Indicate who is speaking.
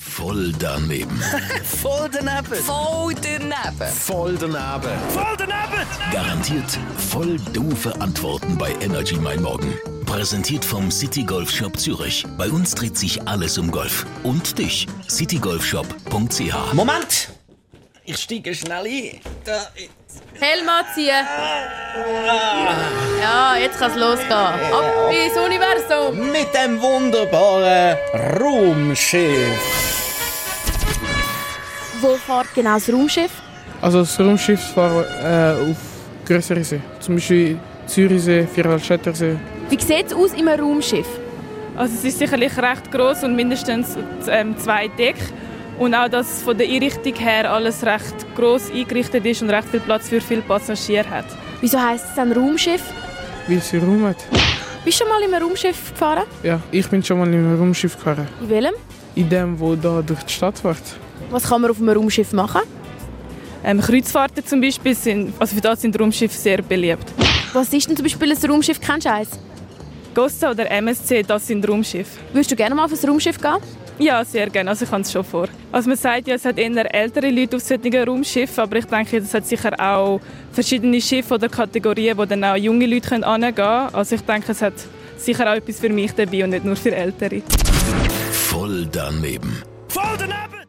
Speaker 1: Voll daneben.
Speaker 2: Voll daneben.
Speaker 3: Voll daneben.
Speaker 1: Voll daneben. Garantiert voll doofe Antworten bei Energy Mein Morgen. Präsentiert vom City Golf Shop Zürich. Bei uns dreht sich alles um Golf. Und dich. citygolfshop.ch
Speaker 2: Moment! Ich steige schnell ein. Da,
Speaker 4: Helm anziehen. Ja, jetzt kann es losgehen. Ab ins Universum.
Speaker 2: mit dem wunderbaren Raumschiff.
Speaker 5: Wo fährt genau das Raumschiff?
Speaker 6: Also das Raumschiff fahren äh, auf größere See. Zum Beispiel Zürichsee, Vierwaldstättersee.
Speaker 5: Wie sieht es aus in einem Raumschiff?
Speaker 7: Also es ist sicherlich recht groß und mindestens ähm, zwei Deck. Und auch, dass von der Einrichtung her alles recht groß eingerichtet ist und recht viel Platz für viele Passagiere hat.
Speaker 5: Wieso heisst es dann Raumschiff?
Speaker 6: Wie sie Raum hat.
Speaker 5: Bist du schon mal in einem Raumschiff gefahren?
Speaker 6: Ja, ich bin schon mal in einem Raumschiff gefahren.
Speaker 5: In welchem?
Speaker 6: In dem, wo da durch die Stadt fährt.
Speaker 5: Was kann man auf einem Raumschiff machen?
Speaker 7: Ähm, Kreuzfahrten zum Beispiel sind, also für das sind Raumschiffe sehr beliebt.
Speaker 5: Was ist denn zum Beispiel ein Raumschiff? Kennst du eins?
Speaker 7: Gossa oder MSC, das sind Raumschiffe.
Speaker 5: Würdest du gerne mal auf ein Raumschiff gehen?
Speaker 7: Ja, sehr gerne, also ich habe es schon vor. Also man sagt ja, es hat eher ältere Leute auf solchen Raumschiffen, aber ich denke, es hat sicher auch verschiedene Schiffe oder Kategorien, wo dann auch junge Leute können hingehen können. Also ich denke, es hat sicher auch etwas für mich dabei und nicht nur für Ältere.
Speaker 1: Voll daneben.